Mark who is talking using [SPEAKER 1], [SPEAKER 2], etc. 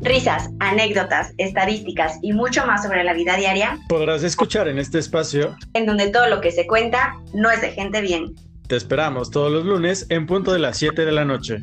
[SPEAKER 1] risas, anécdotas, estadísticas y mucho más sobre la vida diaria,
[SPEAKER 2] podrás escuchar en este espacio.
[SPEAKER 1] en donde todo lo que se cuenta no es de gente bien.
[SPEAKER 2] Te esperamos todos los lunes en punto de las 7 de la noche.